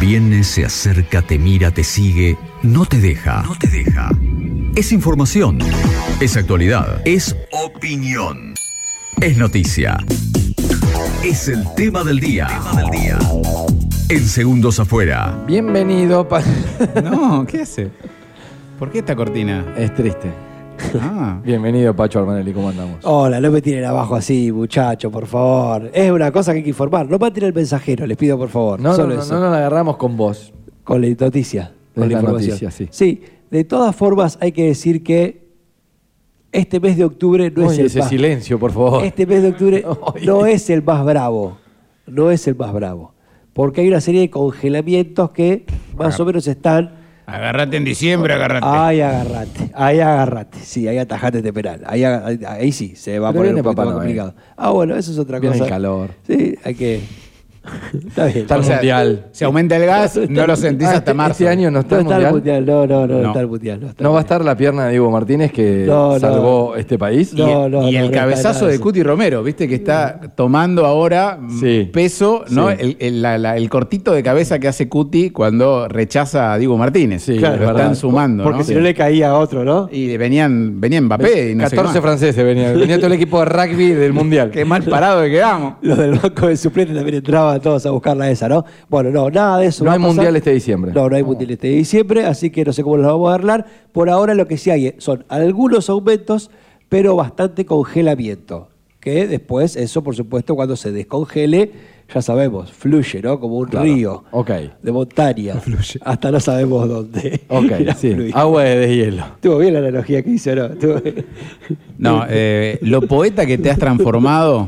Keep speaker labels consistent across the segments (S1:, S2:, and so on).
S1: Viene, se acerca, te mira, te sigue, no te deja. No te deja. Es información. Es actualidad. Es opinión. Es noticia. Es el tema del día. En segundos afuera.
S2: Bienvenido para...
S3: No, ¿qué hace? ¿Por qué esta cortina?
S2: Es triste.
S3: Ah,
S2: Bienvenido Pacho Armanelli, ¿cómo andamos?
S4: Hola, no me tiren abajo así, muchacho, por favor. Es una cosa que hay que informar. No va a tirar el mensajero, les pido por favor.
S2: No, no,
S4: Solo
S2: no,
S4: eso.
S2: no nos agarramos con vos.
S4: Con la noticia.
S2: Es
S4: Con la
S2: la
S4: información.
S2: noticia, sí.
S4: de todas formas hay que decir que este mes de octubre no es
S2: Oye,
S4: el
S2: ese
S4: más-
S2: silencio, por favor.
S4: Este mes de octubre
S2: Oye.
S4: no es el más bravo. No es el más bravo. Porque hay una serie de congelamientos que más o menos están.
S3: agarrate en diciembre, agarrate.
S2: Ah,
S4: Ahí agarrate, ahí agarrate. Sí, ahí atajate este penal. Ahí, aga- ahí- ahí sí, se va a
S2: Pero
S4: poner un
S2: viene
S4: poquito
S2: Papá
S4: más
S2: Noel.
S4: complicado. Ah, bueno, eso es otra
S2: Viene
S4: cosa.
S2: el calor.
S4: Sí, hay que. Está bien.
S2: Está el
S3: O sea,
S2: mundial.
S3: Se aumenta el gas, no lo sentís
S2: Ah,
S3: hasta
S2: este-
S3: marzo.
S2: Este año no
S4: No
S2: está el mundial.
S4: el mundial, no, no, no, no,
S3: No.
S4: está el mundial. No, está
S2: No va a
S4: el
S2: estar la pierna de Diego Martínez que
S4: No, no.
S2: salvó este país.
S3: Y,
S4: No,
S3: y
S4: no, no,
S3: el
S4: no está
S3: cabezazo
S4: nada
S3: de
S4: eso.
S3: Cuti Romero, viste que está tomando ahora mm,
S2: Sí.
S3: peso, ¿no?
S2: Sí.
S3: El, el- la- la- el cortito de cabeza que hace Cuti cuando rechaza a Diego Martínez.
S2: Sí,
S3: lo
S2: es verdad.
S3: están
S4: mundial.
S3: sumando.
S4: Porque
S3: ¿no?
S4: si no le caía a otro, ¿no?
S3: Y venían, venían Mbappé y no sé qué
S2: 14
S3: más.
S2: franceses venía, venía todo el equipo de rugby del mundial.
S3: Qué mal parado que quedamos.
S4: Los del banco de suplentes también entraban todos a buscarla esa, ¿no? Bueno, no, nada de eso.
S2: No
S4: va
S2: hay
S4: a pasar.
S2: mundial este diciembre.
S4: No, no hay mundial este diciembre, así que no sé cómo lo vamos a arreglar. Por ahora lo que sí hay son algunos aumentos, pero bastante congelamiento. Que después, eso por supuesto, cuando se descongele, ya sabemos, fluye, ¿no? Como un río
S2: Ok.
S4: de montaña. Hasta no sabemos dónde.
S2: Ok,
S4: irá a
S2: sí. Ah.
S4: fluir.
S2: Agua de deshielo.
S4: Estuvo bien la analogía que hizo, ¿no? Estuvo bien.
S3: No, eh, lo poeta que te has transformado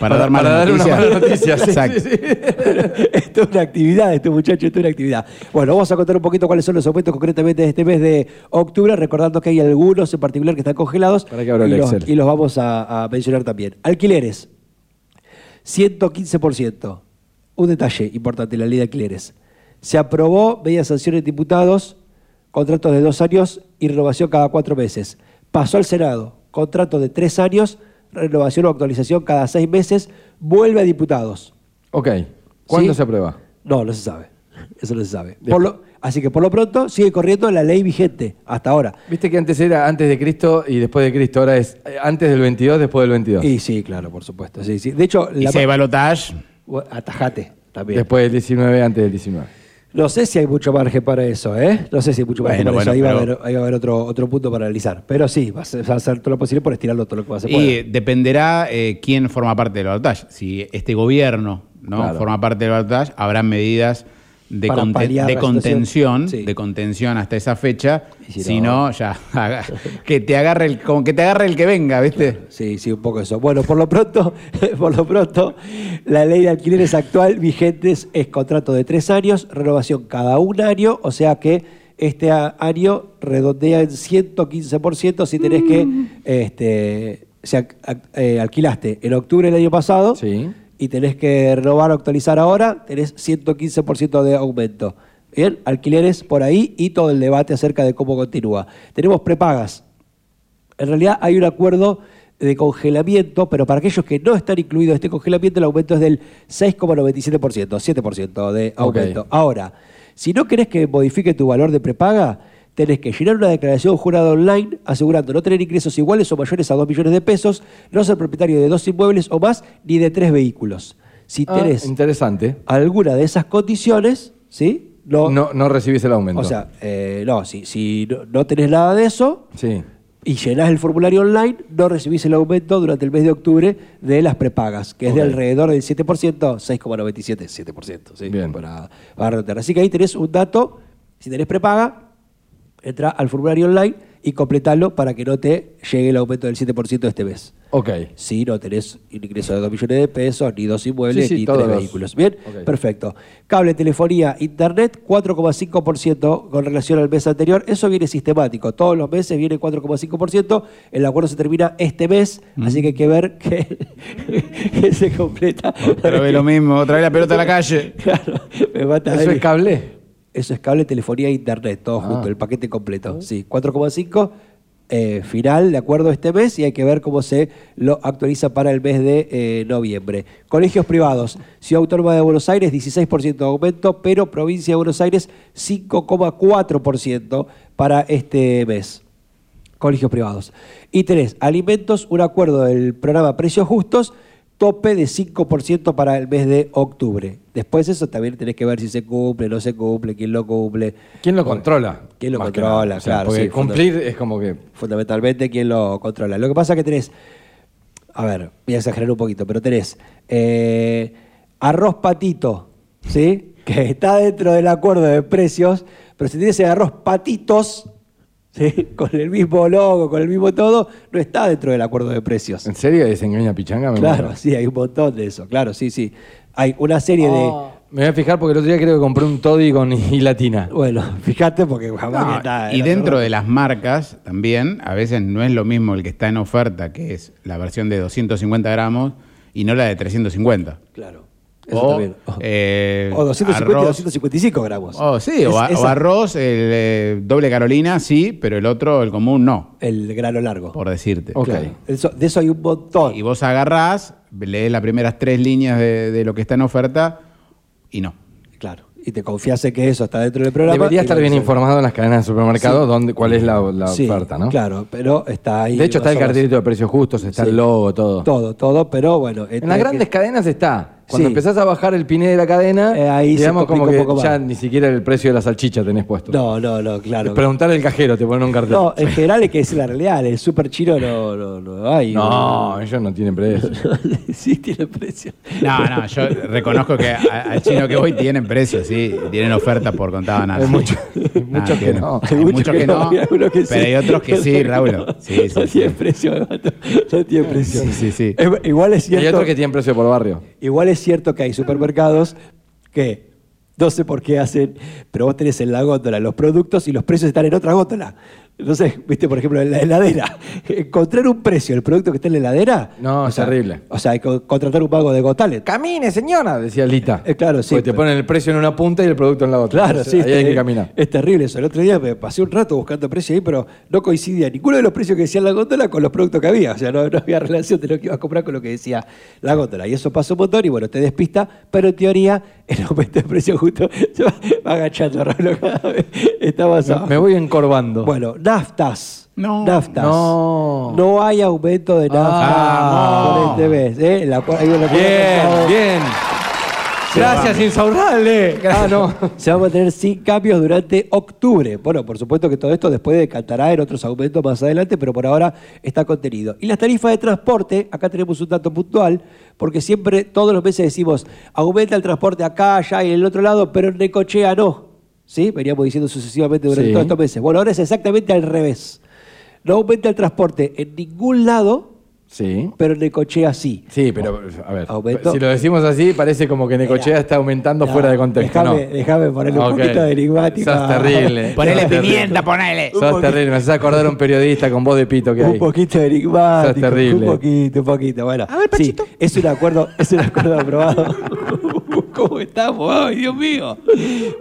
S3: para, dar malas
S2: dar una
S3: noticias.
S2: mala noticia. sí,
S3: Exacto.
S2: sí, sí.
S4: esto es una actividad, este muchacho, esto es una actividad. Bueno, vamos a contar un poquito cuáles son los aumentos concretamente de este mes de octubre, recordando que hay algunos en particular que están congelados.
S2: Para que abra
S4: y,
S2: el
S4: los,
S2: Excel.
S4: y los vamos a, a mencionar también. Alquileres, 115%. Un detalle importante, la ley de alquileres. Se aprobó medias sanciones de diputados, contratos de dos años y renovación cada cuatro meses. Pasó al Senado, contrato de tres años, renovación o actualización cada seis meses, vuelve a diputados.
S2: Ok. ¿Cuándo
S4: Sí.
S2: se aprueba?
S4: No, no se sabe. Eso no se sabe. Por lo- así que por lo pronto sigue corriendo la ley vigente hasta ahora.
S2: Viste que antes era antes de Cristo y después de Cristo. Ahora es eh, antes del 22, después del 22.
S4: Y sí, claro, por supuesto. Sí, sí. De hecho,
S3: Y
S4: la-
S3: si hay balotage,
S4: atajate también.
S2: Después del 19, antes del 19.
S4: No sé si hay mucho margen para eso, ¿eh? No sé si hay mucho margen
S3: Bueno, bueno,
S4: para eso. Ahí va, a
S3: pero-
S4: haber, ahí va a haber otro, otro punto para analizar. Pero sí, vas a vas a hacer todo lo posible por estirarlo todo lo que más se pueda.
S3: y eh, dependerá eh, quién forma parte del balotage. Si este gobierno ¿no?
S2: Claro.
S3: forma parte del balotage, habrá medidas de,
S4: Para
S3: conten-
S4: paliar
S3: de
S4: la
S3: contención,
S4: situación. Sí.
S3: de contención hasta esa fecha.
S4: Y si
S3: si, no, ya haga- que te agarre el, como que te agarre el que venga, ¿viste?
S4: Sí, sí, un poco eso. Bueno, por lo pronto, por lo pronto, la ley de alquileres actual vigentes es contrato de tres años, renovación cada un año, o sea que este a- año redondea en 115% si tenés que, este, si ac- ac- eh, alquilaste en octubre del año pasado
S2: Sí.
S4: y tenés que renovar o actualizar ahora, tenés 115% de aumento. Bien, alquileres por ahí y todo el debate acerca de cómo continúa. Tenemos prepagas. En realidad hay un acuerdo de congelamiento, pero para aquellos que no están incluidos en este congelamiento, el aumento es del 6,97%, 7% de aumento.
S2: Ok.
S4: Ahora, si no querés que modifique tu valor de prepaga, tenés que llenar una declaración jurada online asegurando no tener ingresos iguales o mayores a 2 millones de pesos, no ser propietario de dos inmuebles o más, ni de tres vehículos. Si
S2: Ah,
S4: tenés
S2: interesante.
S4: alguna de esas condiciones, ¿sí? No,
S2: No, no recibís el aumento.
S4: O sea, eh, no, si, si no- no tenés nada de eso,
S2: Sí.
S4: y llenás el formulario online, no recibís el aumento durante el mes de octubre de las prepagas, que es de
S2: Ok.
S4: alrededor del 7%, 6,97, 7%. ¿sí?
S2: Bien.
S4: Para, para redondear. Así que ahí tenés un dato, si tenés prepaga, entra al formulario online y completalo para que no te llegue el aumento del 7% este mes.
S2: Ok.
S4: Si no tenés un ingreso de 2 millones de pesos, ni dos inmuebles,
S2: Sí, sí,
S4: ni
S2: todos
S4: tres
S2: los-
S4: vehículos. Bien,
S2: Ok.
S4: perfecto. Cable, telefonía, internet, 4,5% con relación al mes anterior. Eso viene sistemático. Todos los meses viene 4,5%. El acuerdo se termina este mes, así que hay que ver que, que se completa.
S3: Otra vez lo mismo, otra vez la pelota a la calle.
S4: Claro, me mata
S2: ¿Eso
S4: Dani.
S2: es cable?
S4: Eso es cable, telefonía e internet, todo
S2: Ah.
S4: junto, el paquete completo. Sí, 4,5 eh, final de acuerdo este mes y hay que ver cómo se lo actualiza para el mes de eh, noviembre. Colegios privados, Ciudad Autónoma de Buenos Aires 16% de aumento, pero Provincia de Buenos Aires 5,4% para este mes colegios privados. Y tres, alimentos, un acuerdo del programa Precios Justos, tope de 5% para el mes de octubre. Después eso también tenés que ver si se cumple, no se cumple, quién lo cumple.
S2: ¿Quién lo controla?
S4: ¿Quién lo
S2: Más que
S4: controla?
S2: nada. O sea,
S4: Claro,
S2: porque
S4: sí,
S2: cumplir es como que.
S4: Fundamentalmente quién lo controla. Lo que pasa es que tenés, a ver, voy a exagerar un poquito, pero tenés eh, arroz patito, ¿sí? Que está dentro del acuerdo de precios, pero si tienes el arroz patitos... ¿sí? Con el mismo logo, con el mismo todo, no está dentro del acuerdo de precios.
S2: ¿En serio desengaña a Pichanga? Me
S4: Claro,
S2: muero.
S4: sí, hay un montón de eso, claro, sí, sí. Hay una serie
S2: Me voy a fijar porque el otro día creo que compré un toddy con y latina.
S4: de... Bueno, fíjate porque jamás
S3: No,
S4: que está...
S3: y dentro de las marcas también, a veces no es lo mismo el que está en oferta, que es la versión de 250 gramos y no la de 350.
S4: Claro, eso
S3: o,
S4: también.
S3: eh,
S4: o 250
S3: arroz-
S4: 255 gramos.
S3: Oh, sí,
S4: Es-
S3: o, a- o
S4: esa-
S3: arroz, el eh, doble Carolina, sí, pero el otro, el común, no,
S4: El grano largo.
S3: por decirte.
S2: Ok.
S4: Claro. Eso- de eso hay un montón.
S3: Y vos agarrás, lees las primeras tres líneas de, de lo que está en oferta y no.
S4: Claro. Y te confías en que eso está dentro del programa.
S2: Debería
S4: y
S2: estar
S4: lo
S2: bien
S4: resuelve.
S2: informado en las cadenas de supermercados
S4: Sí.
S2: dónde, cuál es la, la
S4: Sí,
S2: oferta, ¿no?
S4: Claro, pero está ahí.
S2: De hecho, está
S4: más
S2: el
S4: o menos.
S2: cartelito de precios justos, está
S4: Sí.
S2: el logo, todo.
S4: Todo, todo, pero bueno. este
S2: En las grandes cadenas está. Cuando
S4: Sí.
S2: empezás a bajar el piné de la cadena,
S4: Eh, ahí se
S2: digamos como
S4: complica
S2: que
S4: un poco más.
S2: ya ni siquiera el precio de la salchicha tenés puesto.
S4: No, no, no, claro.
S2: Preguntar al cajero, te ponen un cartel.
S4: No, en general es que es la realidad. en El super chino no, no, no hay.
S2: No, ellos no tienen precio.
S4: sí, tiene precio.
S3: No, no, yo reconozco que a- al chino que voy tienen precios, sí, tienen ofertas por contado nada.
S2: Hay mucho- hay
S3: Nada,
S2: muchos que
S3: tienen.
S2: no.
S3: Hay muchos que no,
S4: hay algunos que sí.
S3: pero hay otros que sí, Raúl. Sí,
S4: no
S3: sí, sí.
S4: tiene precio, gato, no tiene precio.
S3: Sí, sí, sí.
S4: Es- igual es
S2: Y hay
S4: cierto.
S2: otros que tienen precio por barrio.
S4: Igual es cierto que hay supermercados que no sé por qué hacen, pero vos tenés en la góndola los productos y los precios están en otra góndola. Entonces, viste, por ejemplo, en la heladera, encontrar un precio del producto que está en la heladera.
S2: No,
S4: o
S2: es
S4: sea,
S2: terrible.
S4: O sea, hay que contratar un vago de Gotalet.
S2: Camine, señora, decía Lita.
S4: Eh, claro, sí,
S2: Porque te
S4: pero-
S2: ponen el precio en una punta y el producto en la otra.
S4: Claro,
S2: Entonces,
S4: sí.
S2: Ahí hay
S4: es-
S2: que caminar.
S4: Es terrible eso. El otro día me pasé un rato buscando precios ahí, pero no coincidía ninguno de los precios que decía la góndola con los productos que había. O sea, no, no había relación de lo que ibas a comprar con lo que decía la góndola. Y eso pasó un montón y bueno, te despista, pero en teoría el aumento de precio justo se va, va agachando, Rolo, cada vez está más abajo.
S2: Me voy encorvando.
S4: Bueno, naftas.
S3: No.
S4: Naftas.
S2: No.
S4: No hay aumento de naftas
S3: Ah,
S4: por este mes. ¿eh? La cua- ahí lo
S2: Bien,
S4: acuerdo-
S2: bien. Gracias, Insaurralde. Ah, no.
S4: Se va a mantener sin cambios durante octubre. Bueno, por supuesto que todo esto después decantará en otros aumentos más adelante, pero por ahora está contenido. Y las tarifas de transporte, acá tenemos un dato puntual, porque siempre, todos los meses decimos, aumenta el transporte acá, allá y en el otro lado, pero en Necochea no. ¿Sí? Veníamos diciendo sucesivamente durante
S2: Sí.
S4: todos estos meses. Bueno, ahora es exactamente al revés. No aumenta el transporte en ningún lado,
S2: Sí.
S4: pero en Necochea sí.
S2: Sí, pero a ver.
S4: Aumento.
S2: Si lo decimos así, parece como que Necochea está aumentando
S4: No,
S2: fuera de contexto.
S4: dejame-
S2: no.
S4: dejame ponerle un
S2: Ok.
S4: poquito de enigmática.
S2: Sos terrible.
S3: Ponele
S2: Sos terrible.
S3: pimienta, ponele.
S4: Un
S2: Sos
S4: poquito.
S2: terrible. Me haces acordar a un periodista con voz de pito que
S4: un
S2: hay.
S4: poquito de
S2: Eso
S4: enigmático.
S2: es terrible.
S4: Un poquito, un poquito. Bueno,
S5: A ver,
S4: sí,
S5: Pachito.
S4: es un acuerdo, es un acuerdo aprobado. ¿Cómo estamos? ¡Ay, Dios mío!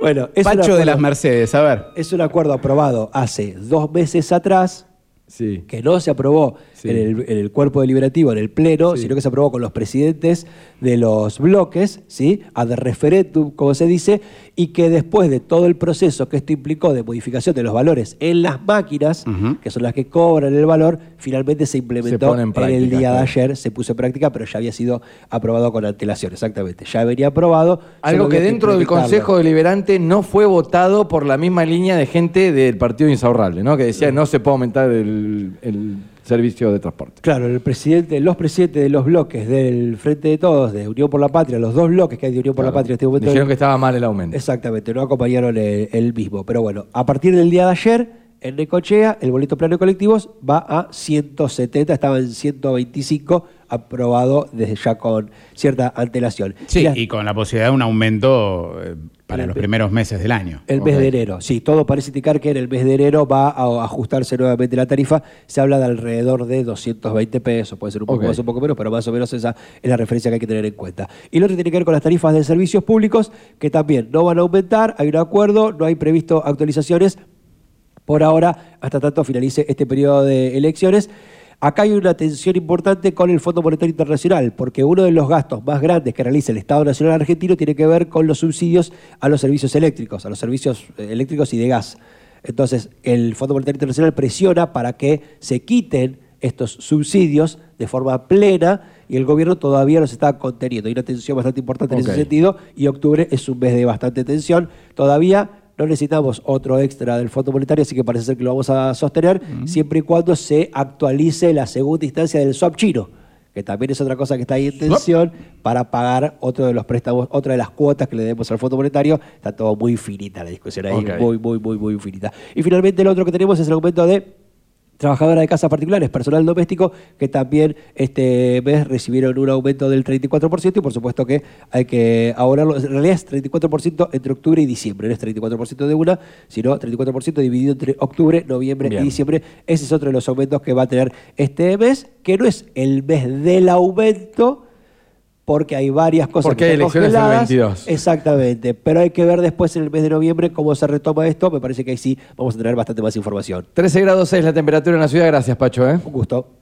S4: Bueno, es, un
S3: Pacho
S4: acuerdo,
S3: de las Mercedes, a ver.
S4: es un acuerdo aprobado hace dos meses atrás
S2: Sí.
S4: que no se aprobó
S2: Sí.
S4: en, el, en el cuerpo deliberativo, en el pleno, sino que se aprobó con los presidentes de los bloques, ¿sí? ad referendum, como se dice, y que después de todo el proceso que esto implicó de modificación de los valores en las máquinas, que son las que cobran el valor, finalmente se implementó
S2: pone en práctica,
S4: el día
S2: claro.
S4: de ayer, se puso en práctica, pero ya había sido aprobado con antelación, exactamente. Ya venía aprobado.
S2: Algo
S4: solo
S2: que
S4: había
S2: dentro del
S4: implementarlo.
S2: Consejo Deliberante no fue votado por la misma línea de gente del partido Insaurralde, ¿no? Que decía no se puede aumentar el, el servicio de transporte.
S4: Claro, el presidente, los presidentes de los bloques del Frente de Todos, de Unión por la Patria, los dos bloques que hay de Unión por la
S2: Claro.
S4: Patria en este momento.
S2: Dijeron que estaba mal el aumento.
S4: Exactamente, no acompañaron el, el mismo. Pero bueno, a partir del día de ayer, en Necochea, el boleto plano de colectivos va a 170, estaba en 125, aprobado desde ya con cierta antelación.
S3: Sí,
S4: Mirá,
S3: y con la posibilidad de un aumento eh, para los primeros meses del año.
S4: el mes
S2: Ok.
S4: de enero, sí, todo parece indicar que en el mes de enero va a ajustarse nuevamente la tarifa. Se habla de alrededor de 220 pesos, puede ser un poco
S2: Ok.
S4: más, un poco menos, pero más o menos esa es la referencia que hay que tener en cuenta. Y lo otro tiene que ver con las tarifas de servicios públicos, que también no van a aumentar, hay un acuerdo, no hay previsto actualizaciones. por ahora, hasta tanto finalice este periodo de elecciones. Acá hay una tensión importante con el Fondo Monetario Internacional, porque uno de los gastos más grandes que realiza el Estado Nacional Argentino tiene que ver con los subsidios a los servicios eléctricos, a los servicios eh, eléctricos y de gas. Entonces, el Fondo Monetario Internacional presiona para que se quiten estos subsidios de forma plena y el gobierno todavía los está conteniendo. Hay una tensión bastante importante en
S2: Ok.
S4: ese sentido y octubre es un mes de bastante tensión. Todavía no necesitamos otro extra del Fondo Monetario, así que parece ser que lo vamos a sostener siempre y cuando se actualice la segunda instancia del swap chino, que también es otra cosa que está ahí en tensión para pagar otro de los préstamos, otra de las cuotas que le debemos al Fondo Monetario. Está todo muy finita la discusión ahí,
S2: Ok.
S4: muy, muy, muy, muy finita. Y finalmente el otro que tenemos es el aumento de trabajadora de casas particulares, personal doméstico, que también este mes recibieron un aumento del 34% y por supuesto que hay que ahorrarlo. En realidad es 34% entre octubre y diciembre, no es 34% de una, sino 34% dividido entre octubre, noviembre
S2: Bien.
S4: y diciembre. Ese es otro de los aumentos que va a tener este mes, que no es el mes del aumento. Porque hay varias cosas
S2: Porque
S4: que
S2: hay
S4: están
S2: elecciones el
S4: congeladas.
S2: 22.
S4: Exactamente. Pero hay que ver después en el mes de noviembre cómo se retoma esto. Me parece que ahí sí vamos a tener bastante más información.
S2: 13 grados 6 la temperatura en la ciudad. Gracias, Pacho. ¿eh?
S4: Un gusto.